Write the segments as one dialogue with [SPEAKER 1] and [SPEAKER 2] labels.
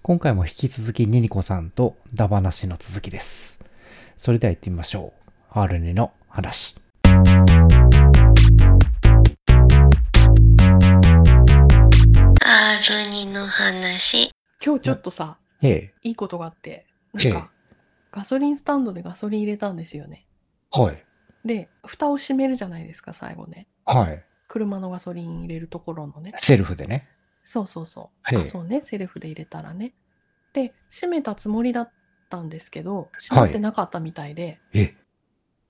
[SPEAKER 1] 今回も引き続きニニコさんとダバナシの続きです。それでは行ってみましょう。R2 の話。
[SPEAKER 2] R2 の話。
[SPEAKER 3] 今日ちょっとさ、
[SPEAKER 1] ええ。
[SPEAKER 3] いいことがあって、な
[SPEAKER 1] え
[SPEAKER 3] ん
[SPEAKER 1] え
[SPEAKER 3] か、ガソリンスタンドでガソリン入れたんですよね。
[SPEAKER 1] はい。
[SPEAKER 3] で、蓋を閉めるじゃないですか、最後ね。
[SPEAKER 1] はい。
[SPEAKER 3] 車のガソリン入れるところのね。
[SPEAKER 1] セルフでね。
[SPEAKER 3] そうそうそう。
[SPEAKER 1] ええ
[SPEAKER 3] あそうね、セルフで入れたらね。で、閉めたつもりだったんですけど、閉まってなかったみたいで、
[SPEAKER 1] え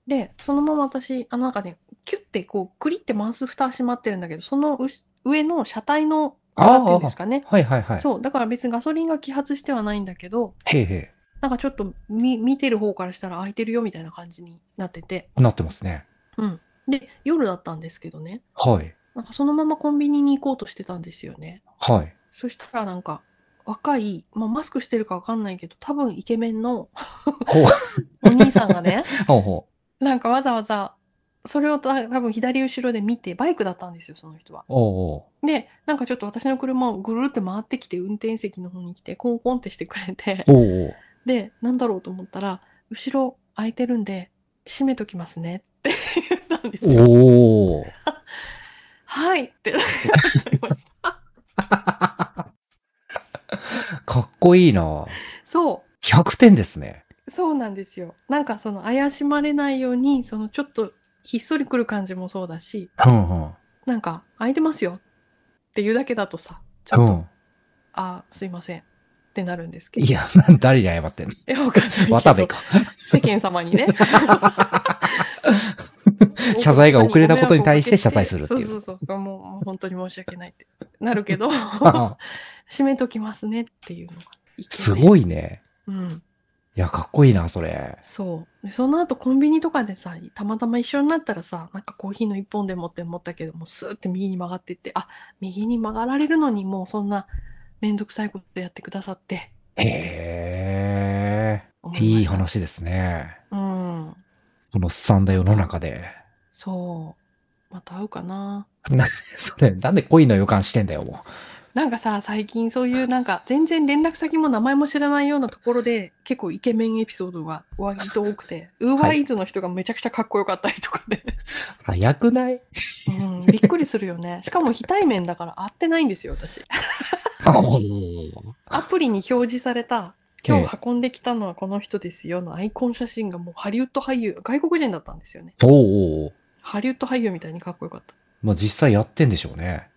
[SPEAKER 3] で、そのまま私、あのなんかね、キュッてこう、クリって回す蓋は閉まってるんだけど、そのうし上の車体の蓋っていうんですかね。
[SPEAKER 1] はいはいはい。
[SPEAKER 3] そう、だから別にガソリンが揮発してはないんだけど、
[SPEAKER 1] へえへ
[SPEAKER 3] なんかちょっと見見てる方からしたら空いてるよみたいな感じになってて。
[SPEAKER 1] え。なってますね。
[SPEAKER 3] で、夜だったんですけどね。
[SPEAKER 1] はい。
[SPEAKER 3] なんかそのままコンビニに行こうとしてたんですよね。
[SPEAKER 1] はい。
[SPEAKER 3] そしたらなんか若い、まあ、マスクしてるかわかんないけど、多分イケメンの
[SPEAKER 1] ほう。
[SPEAKER 3] お兄さんがね、
[SPEAKER 1] ほうほ
[SPEAKER 3] なんかわざわざ、それをた多分左後ろで見て、バイクだったんですよ、その人は。
[SPEAKER 1] う。おうおう。
[SPEAKER 3] で、なんかちょっと私の車をぐるるって回ってきて、運転席の方に来て、コンコンってしてくれて、
[SPEAKER 1] おうおう。
[SPEAKER 3] で、なんだろうと思ったら、後ろ空いてるんで、閉めときますねって言ったんですよ。
[SPEAKER 1] おお。
[SPEAKER 3] はいってなっちゃいました。
[SPEAKER 1] かっこいいな。
[SPEAKER 3] そ
[SPEAKER 1] 100点ですね。
[SPEAKER 3] う、そうなんですよ。なんかその怪しまれないように、そのちょっとひっそり来る感じもそうだし、
[SPEAKER 1] うんうん。
[SPEAKER 3] なんか空いてますよっていうだけだとさ、ちょっ
[SPEAKER 1] う
[SPEAKER 3] と、
[SPEAKER 1] ん。
[SPEAKER 3] あーすいませんってなるんですけど。
[SPEAKER 1] いや、誰に謝ってんの
[SPEAKER 3] いや、わかんないけ ど
[SPEAKER 1] 渡部か。。
[SPEAKER 3] 世間様にね
[SPEAKER 1] 謝罪が遅れたことに対して謝罪するっていう
[SPEAKER 3] そうそうそうそう、もうもう本当に申し訳ないってなる けど、
[SPEAKER 1] あ
[SPEAKER 3] 締めときますねっていうのが。
[SPEAKER 1] す
[SPEAKER 3] い。
[SPEAKER 1] ごいね。
[SPEAKER 3] うん。
[SPEAKER 1] いや、かっこいいな、それ。
[SPEAKER 3] そう。でその後コンビニとかでさ、たまたま一緒になったらさ、なんかコーヒーの一本でもって思ったけど、もうスーって右に曲がってって、あ、右に曲がられるのにもうそんなめんどくさいことやってくださって
[SPEAKER 1] へ
[SPEAKER 3] 思
[SPEAKER 1] え。いい
[SPEAKER 3] ました。
[SPEAKER 1] 話ですね。
[SPEAKER 3] うん。
[SPEAKER 1] この三大世の中で。
[SPEAKER 3] そう。また会うかな。
[SPEAKER 1] な、それ、なんで恋の予感してんだよ、も
[SPEAKER 3] なんかさ、最近そういうなんか全然連絡先も名前も知らないようなところで結構イケメンエピソードが割と多くて、ウーバーイーツの人がめちゃくちゃかっこよかったりとかで、
[SPEAKER 1] う。早くない
[SPEAKER 3] うん、びっくりする よね。しかも非対面だから会ってないんですよ、私。アプリに表示された今
[SPEAKER 1] え
[SPEAKER 3] 日運んできたのはこの人ですよのアイコン写真がもうハリウッド俳優、外国人だったんですよね。
[SPEAKER 1] おうおうおう
[SPEAKER 3] ハリウッド俳優みたいにかっこよかった。
[SPEAKER 1] まあ、実際やってんでしょう ね。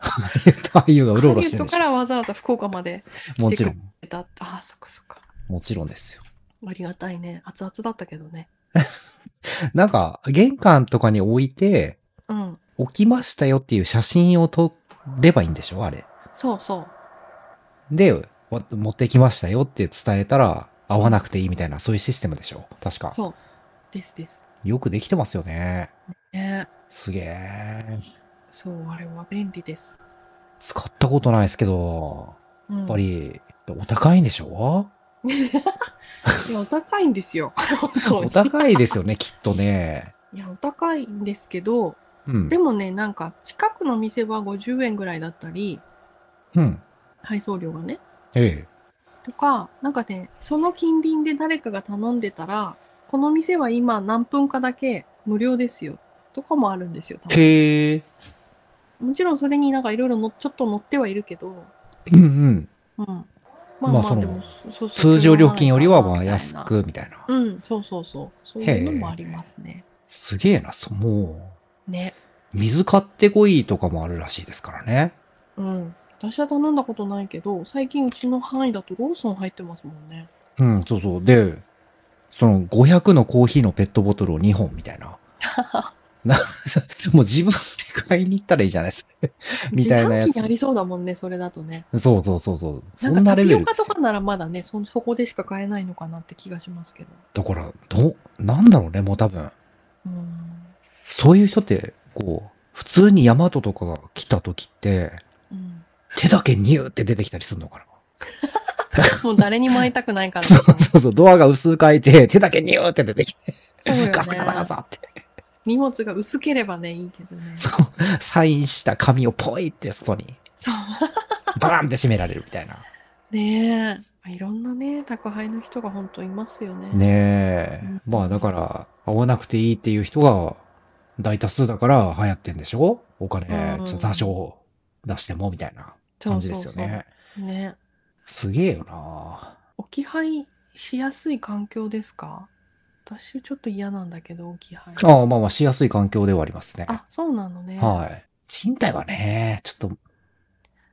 [SPEAKER 1] 俳優がうろうろしてるん
[SPEAKER 3] ハリウッド
[SPEAKER 1] でし
[SPEAKER 3] か
[SPEAKER 1] ょ
[SPEAKER 3] らわざわざ福岡まで
[SPEAKER 1] う。もちろん。
[SPEAKER 3] 来た。ああ、そっかそっか。
[SPEAKER 1] もちろんですよ。
[SPEAKER 3] ありがたいね。熱々だったけどね。
[SPEAKER 1] なんか、玄関とかに置いて、
[SPEAKER 3] うん。
[SPEAKER 1] 置きましたよっていう写真を撮ればいいんでしょあれ。
[SPEAKER 3] そうそう。
[SPEAKER 1] で、わ持ってきましたよって伝えたら、会わなくていいみたいな、そういうシステムでしょ確か。
[SPEAKER 3] そう。ですです。
[SPEAKER 1] よくできてますよね。
[SPEAKER 3] ね、
[SPEAKER 1] すげえ。
[SPEAKER 3] そう、あれは便利です。
[SPEAKER 1] 使ったことないですけど、
[SPEAKER 3] うん、
[SPEAKER 1] やっぱり、お高いんでしょ
[SPEAKER 3] いやお高いんですよ。本当
[SPEAKER 1] お
[SPEAKER 3] に
[SPEAKER 1] 高いですよ ね、きっとね。
[SPEAKER 3] いや、お高いんですけど、
[SPEAKER 1] うん
[SPEAKER 3] で。もね、なんか近くの店は50円ぐらいだったり、
[SPEAKER 1] うん。
[SPEAKER 3] 配送料がね。
[SPEAKER 1] ええ。
[SPEAKER 3] とか、なんかね、その近隣で誰かが頼んでたら、この店は今何分かだけ無料ですよ。とかもあるんですよ。多分
[SPEAKER 1] へえ。
[SPEAKER 3] もちろんそれになんかいろいろのちょっと乗ってはいるけど、
[SPEAKER 1] うんうん。
[SPEAKER 3] うん。ま
[SPEAKER 1] まあその
[SPEAKER 3] でもそうそう
[SPEAKER 1] 通常料金よりはまあ
[SPEAKER 3] みたいな
[SPEAKER 1] 安く、みたいな。
[SPEAKER 3] うん、そうそうそう。そういうのもありますね。
[SPEAKER 1] すげえな、そも
[SPEAKER 3] ね。
[SPEAKER 1] う、水買ってこいとかもあるらしいですからね。
[SPEAKER 3] うん。私は頼んだことないけど、最近うちの範囲だとローソン入ってますもんね。
[SPEAKER 1] うん、そうそう。で、その500のコーヒーのペットボトルを2本みたい な。な もう自分で買いに行ったらいいじゃないですか。みたいなや
[SPEAKER 3] 自販機
[SPEAKER 1] つ
[SPEAKER 3] にあ。りそうだもんね、それだとね。
[SPEAKER 1] そうそうそうそう。そん
[SPEAKER 3] ん
[SPEAKER 1] な
[SPEAKER 3] か
[SPEAKER 1] レ
[SPEAKER 3] タピ
[SPEAKER 1] ベ
[SPEAKER 3] オ
[SPEAKER 1] ルで
[SPEAKER 3] カ
[SPEAKER 1] す
[SPEAKER 3] と
[SPEAKER 1] よ。
[SPEAKER 3] かならまだねそ、そこでしか買えないのかなって気がしますけど。
[SPEAKER 1] だから、どう、なんだろうね、もう多分。
[SPEAKER 3] うん。
[SPEAKER 1] そういう人って、こう、普通にヤマトとかが来た時って、
[SPEAKER 3] うん、
[SPEAKER 1] 手だけニューって出てきたりするのか
[SPEAKER 3] もう誰にも会いたくないか
[SPEAKER 1] な。
[SPEAKER 3] らと
[SPEAKER 1] そ
[SPEAKER 3] か
[SPEAKER 1] うそうそう、ドアが薄く開いて、手だけニューって出てきて、
[SPEAKER 3] そうよね
[SPEAKER 1] ガサガサガサって。
[SPEAKER 3] 荷物が薄ければねいいけどね
[SPEAKER 1] そう、サインした紙をポイって外に、
[SPEAKER 3] そう
[SPEAKER 1] バランって閉められるみたいな。
[SPEAKER 3] ねえ、まあ、いろんなね、宅配の人が本当いますよね。
[SPEAKER 1] ね
[SPEAKER 3] うん
[SPEAKER 1] え。まあだから、会わなくていいっていう人が大多数だから流行ってんでしょお金
[SPEAKER 3] うん、
[SPEAKER 1] ちょっと多少出してもみたいな
[SPEAKER 3] そう
[SPEAKER 1] 感
[SPEAKER 3] そ
[SPEAKER 1] じ
[SPEAKER 3] う
[SPEAKER 1] ですよね。
[SPEAKER 3] そう。ね。
[SPEAKER 1] すげえよな
[SPEAKER 3] 置き配しやすい環境ですか私ちょっと嫌なんだけど、置き配。
[SPEAKER 1] ああ、まあまあしやすい環境ではありますね。
[SPEAKER 3] あ、そうなのね。
[SPEAKER 1] はい。賃貸はね、ちょっと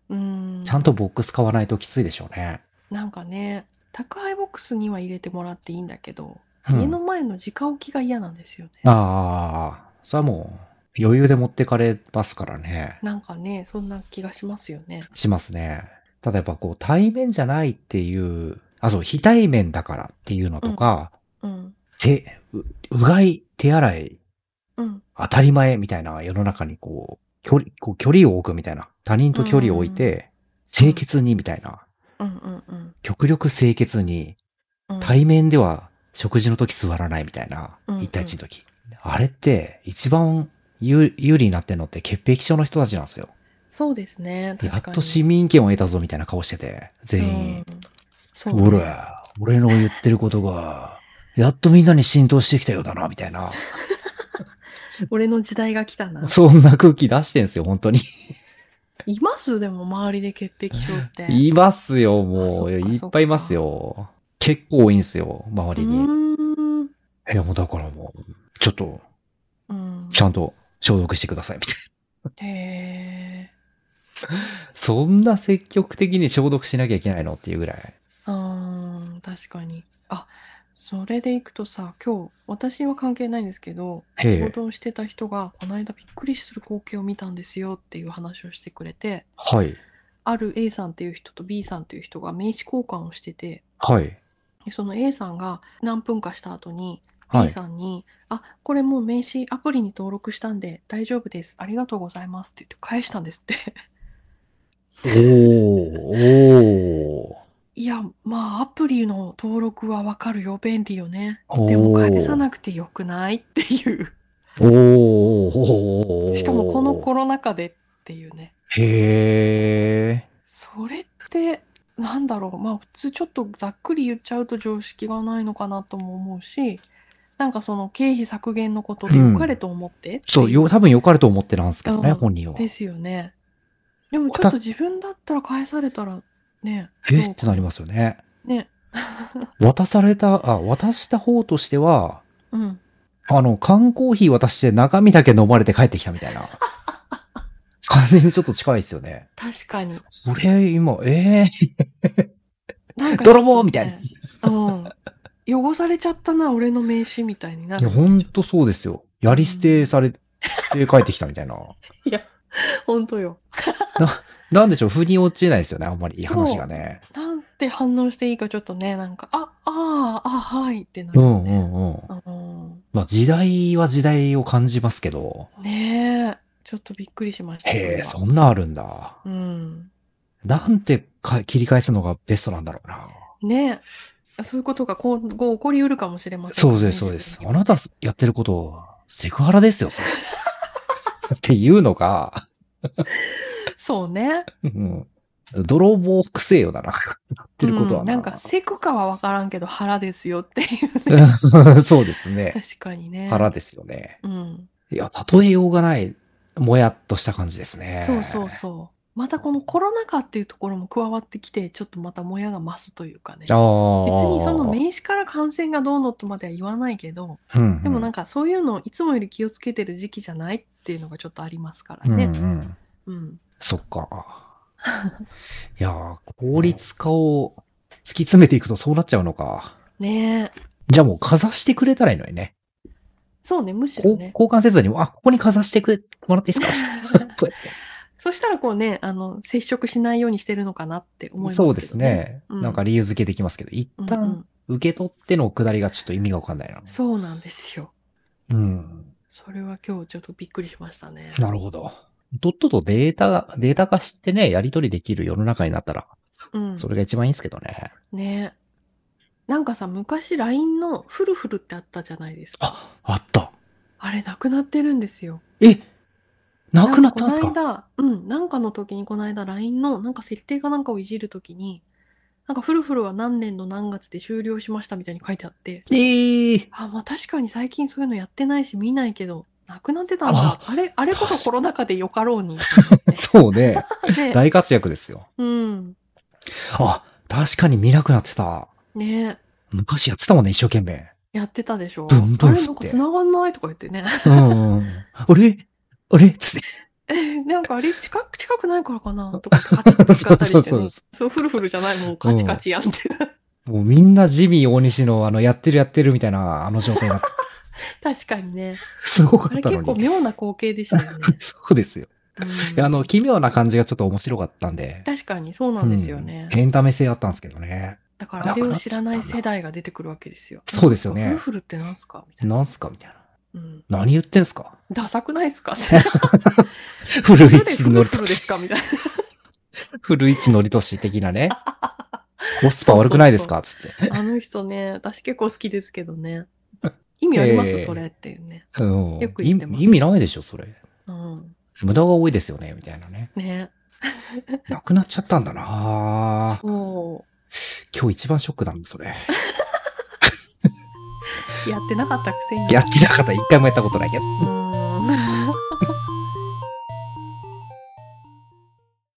[SPEAKER 3] うーん。
[SPEAKER 1] ちゃんとボックス買わないときついでしょうね。
[SPEAKER 3] なんかね、宅配ボックスには入れてもらっていいんだけど、
[SPEAKER 1] うん
[SPEAKER 3] 家の前の直置きが嫌なんですよね。
[SPEAKER 1] ああ、それはもう余裕で持ってかれますからね。
[SPEAKER 3] なんかね、そんな気がしますよね。
[SPEAKER 1] しますね。ただやっぱこう対面じゃないっていう、あ、そう、非対面だからっていうのとか、
[SPEAKER 3] うん。
[SPEAKER 1] 手、ううがい、手洗い、
[SPEAKER 3] うん。
[SPEAKER 1] 当たり前みたいな世の中にこう、距離、こう距離を置くみたいな。他人と距離を置いて、清潔にみたいな。
[SPEAKER 3] うんうんうん。
[SPEAKER 1] 極力清潔に、
[SPEAKER 3] うん、
[SPEAKER 1] 対面では食事の時座らないみたいな
[SPEAKER 3] うん。
[SPEAKER 1] 一対一の時。あれって、一番有有利になってんのって潔癖症の人たちなんですよ。
[SPEAKER 3] そうですね。
[SPEAKER 1] や
[SPEAKER 3] 確
[SPEAKER 1] っ
[SPEAKER 3] かに
[SPEAKER 1] と市民権を得たぞみたいな顔してて、全員。
[SPEAKER 3] うんそうね
[SPEAKER 1] ほら、俺の言ってることが、やっとみんなに浸透してきたようだな、みたいな。
[SPEAKER 3] 俺の時代が来た な。
[SPEAKER 1] そんな空気出してんすよ、本 当に。
[SPEAKER 3] いますでも周りで潔癖症って。
[SPEAKER 1] いますよ、もう。
[SPEAKER 3] あそっか
[SPEAKER 1] いっぱいいますよ。結構多いんすよ、周り
[SPEAKER 3] う
[SPEAKER 1] に。
[SPEAKER 3] ーん
[SPEAKER 1] いや、もうだからもう、ちょっと、
[SPEAKER 3] うん。
[SPEAKER 1] ちゃんと消毒してください、みたい
[SPEAKER 3] へえ。
[SPEAKER 1] な。そんな積極的に消毒しなきゃいけないのっていうぐらい。
[SPEAKER 3] あー確かに。あ、それでいくとさ、今日、私は関係ないんですけど、
[SPEAKER 1] へ
[SPEAKER 3] 行
[SPEAKER 1] え。
[SPEAKER 3] 動してた人が、この間びっくりする光景を見たんですよっていう話をしてくれて、
[SPEAKER 1] はい。
[SPEAKER 3] ある A さんっていう人と B さんっていう人が名刺交換をしてて、
[SPEAKER 1] はい。
[SPEAKER 3] でその A さんが何分かした後に、
[SPEAKER 1] は
[SPEAKER 3] B
[SPEAKER 1] い。
[SPEAKER 3] さんに「あこれもう名刺アプリに登録したんで大丈夫ですありがとうございます」って言って返したんですって
[SPEAKER 1] おー、おー。
[SPEAKER 3] いやまあアプリの登録はわかるよ便利よね
[SPEAKER 1] おー
[SPEAKER 3] でも返さなくてよくないっていう
[SPEAKER 1] おーおーおー。
[SPEAKER 3] しかもこのコロナ禍でっていうね
[SPEAKER 1] へえ。
[SPEAKER 3] それってなんだろうまあ普通ちょっとざっくり言っちゃうと常識がないのかなとも思うしなんかその経費削減のことでよかれと思って、
[SPEAKER 1] そう、よ、多分良かれと思ってなんですけどね、
[SPEAKER 3] うん
[SPEAKER 1] 本人は。
[SPEAKER 3] ですよね。でもちょっと自分だったら返されたらね。。
[SPEAKER 1] えってなりますすよね。
[SPEAKER 3] ね。
[SPEAKER 1] 渡された、あ、渡した方としては、
[SPEAKER 3] うん。
[SPEAKER 1] あの、缶コーヒー渡して中身だけ飲まれて帰ってきたみたいな。完全にちょっと近いですよ ね。
[SPEAKER 3] 確かに。
[SPEAKER 1] これ、今、ええ
[SPEAKER 3] なんか
[SPEAKER 1] 泥棒みたいな。
[SPEAKER 3] ねうん。汚されちゃったな、俺の名刺みたいにない
[SPEAKER 1] や、
[SPEAKER 3] る。
[SPEAKER 1] ほんとそうですよ。やり捨てされて帰ってきたみたいな。
[SPEAKER 3] ほんとよ。
[SPEAKER 1] なんでしょう、腑に落ちないですよね、あんまりいい話がね。
[SPEAKER 3] なんて反応していいかちょっとね、なんか、あ、ああ、あ、はいってな
[SPEAKER 1] う
[SPEAKER 3] るよ
[SPEAKER 1] んう
[SPEAKER 3] ね。
[SPEAKER 1] んうん。
[SPEAKER 3] うん
[SPEAKER 1] まあ、時代は時代を感じますけど。
[SPEAKER 3] ねえ。ちょっとびっくりしました。こ
[SPEAKER 1] へ
[SPEAKER 3] れ
[SPEAKER 1] え、
[SPEAKER 3] は
[SPEAKER 1] そんなあるんだ。
[SPEAKER 3] うん。
[SPEAKER 1] なんてか切り返すのがベストなんだろうな。
[SPEAKER 3] ねえ。そういうことが今後起こりうるかもしれませんから
[SPEAKER 1] そ
[SPEAKER 3] ね。
[SPEAKER 1] うです、そうです。
[SPEAKER 3] 自
[SPEAKER 1] あ
[SPEAKER 3] 分
[SPEAKER 1] な
[SPEAKER 3] に
[SPEAKER 1] たやってること、セクハラですよ、 それっていうのが、
[SPEAKER 3] そうね。
[SPEAKER 1] うん泥棒くせえよだな。やってることは
[SPEAKER 3] うん、なんかセクかは分からんけど腹ですよっていうね
[SPEAKER 1] そうですね。
[SPEAKER 3] 確かにね
[SPEAKER 1] 腹ですよね。
[SPEAKER 3] うん
[SPEAKER 1] いや、例えようがない、もやっとした感じですね。
[SPEAKER 3] そうそうそうまたこのコロナ禍っていうところも加わってきてちょっとまたもやが増すというかね別
[SPEAKER 1] ああ。
[SPEAKER 3] にその名刺から感染がどうのとまでは言わないけどでもなん
[SPEAKER 1] か
[SPEAKER 3] かそういうのをいつもより気をつけてる時期じゃないっていうのがちょっとありますからね
[SPEAKER 1] うんうん。
[SPEAKER 3] うん、
[SPEAKER 1] そっか。いやー、効率化を突き詰めていくとそうなっちゃうのか。
[SPEAKER 3] ねえ
[SPEAKER 1] じゃあもうかざしてくれたらいいのにね。
[SPEAKER 3] そうねむし
[SPEAKER 1] こ
[SPEAKER 3] ろ
[SPEAKER 1] う
[SPEAKER 3] ね
[SPEAKER 1] 交換せずにも、あ、ここにかざしてくれ、もらっていい ですかこうやっ
[SPEAKER 3] そしたらこうねあの接触しないようにしてるのかなって思いま
[SPEAKER 1] て
[SPEAKER 3] すけど、ね、
[SPEAKER 1] そうですね、
[SPEAKER 3] うん
[SPEAKER 1] なんか理由付けできますけど、一
[SPEAKER 3] うんうん、
[SPEAKER 1] 旦受け取っての下りがちょっと意味がわかんないな。
[SPEAKER 3] そうなんですよ
[SPEAKER 1] うん。
[SPEAKER 3] それは今日ちょっとびっくりしましたね。
[SPEAKER 1] なるほど。とっととデータが、データ化してね、やり取りできる世の中になったら、
[SPEAKER 3] うん、
[SPEAKER 1] それが一番いいんですけどね。
[SPEAKER 3] ねなんかさ昔 LINE のフルフルってあったじゃないですか。
[SPEAKER 1] あ、あった。
[SPEAKER 3] あれなくなってるんですよ。
[SPEAKER 1] えなくなったんすか
[SPEAKER 3] なんかこの間、うん、なんかの時にこの間 LINE のなんか設定かなんかをいじる時になんかフルフルは何年の何月で終了しましたみたいに書いてあって、
[SPEAKER 1] ええー、
[SPEAKER 3] あ、まあ確かに最近そういうのやってないし見ないけど、なくなってたん
[SPEAKER 1] あ
[SPEAKER 3] だ。あれ、あれこそコロナ禍でよかろうに。
[SPEAKER 1] そう ね。
[SPEAKER 3] ね、
[SPEAKER 1] 大活躍ですよ。
[SPEAKER 3] うん。
[SPEAKER 1] あ、確かに見なくなってた。
[SPEAKER 3] ね
[SPEAKER 1] 昔やってたもんね、一生懸命。
[SPEAKER 3] やってたでしょ。
[SPEAKER 1] ブンブン
[SPEAKER 3] あ
[SPEAKER 1] 振って
[SPEAKER 3] れ、なんか繋がんないとか言ってね。
[SPEAKER 1] うんうん。あれあれつって。
[SPEAKER 3] えなんかあれ近く、近くないからかなとか、カチッと使ったりして、ね。
[SPEAKER 1] そうそうそう
[SPEAKER 3] そうフルフルじゃない、もうカチカチやって。
[SPEAKER 1] もうみんなジミー大西のあの、やってるやってるみたいな、あの状態 が、
[SPEAKER 3] 確かにね。
[SPEAKER 1] すご
[SPEAKER 3] あ
[SPEAKER 1] かっ
[SPEAKER 3] れ
[SPEAKER 1] たの
[SPEAKER 3] 結構
[SPEAKER 1] に。。
[SPEAKER 3] 妙な光景でしたよね
[SPEAKER 1] そうですよ。い
[SPEAKER 3] うん
[SPEAKER 1] やあの、奇妙な感じがちょっと面白かったんで。
[SPEAKER 3] 確かにそうなんですよね。
[SPEAKER 1] うんエンタメ性あったんですけどね。
[SPEAKER 3] だからあれを知らない世代が出てくるわけですよ。
[SPEAKER 1] そうですよね
[SPEAKER 3] フルフルってなんすかみたいな。
[SPEAKER 1] なんすかみたい
[SPEAKER 3] うん。
[SPEAKER 1] な。何言ってんすか
[SPEAKER 3] ダサくないですか
[SPEAKER 1] 古
[SPEAKER 3] なんで
[SPEAKER 1] 市
[SPEAKER 3] フル
[SPEAKER 1] のり
[SPEAKER 3] フル
[SPEAKER 1] と
[SPEAKER 3] で
[SPEAKER 1] し
[SPEAKER 3] す、かみたいな。
[SPEAKER 1] 古市のりとし的 なね。コスパ悪くないですかつって。
[SPEAKER 3] あの人ね、私結構好きですけどね。意味あります、
[SPEAKER 1] ええ
[SPEAKER 3] それっていうね。
[SPEAKER 1] うん
[SPEAKER 3] よく
[SPEAKER 1] 意
[SPEAKER 3] 言ってます
[SPEAKER 1] 味意味ないでしょ、それ。
[SPEAKER 3] うん。
[SPEAKER 1] 無駄が多いですよね、みたいなね。
[SPEAKER 3] ね。
[SPEAKER 1] なくなっちゃったんだな
[SPEAKER 3] そ
[SPEAKER 1] 今日一番ショックだもん、そ れ。
[SPEAKER 3] う。やってなかったくせに。
[SPEAKER 1] やってなかった、一回もやったことないけど。
[SPEAKER 3] うん。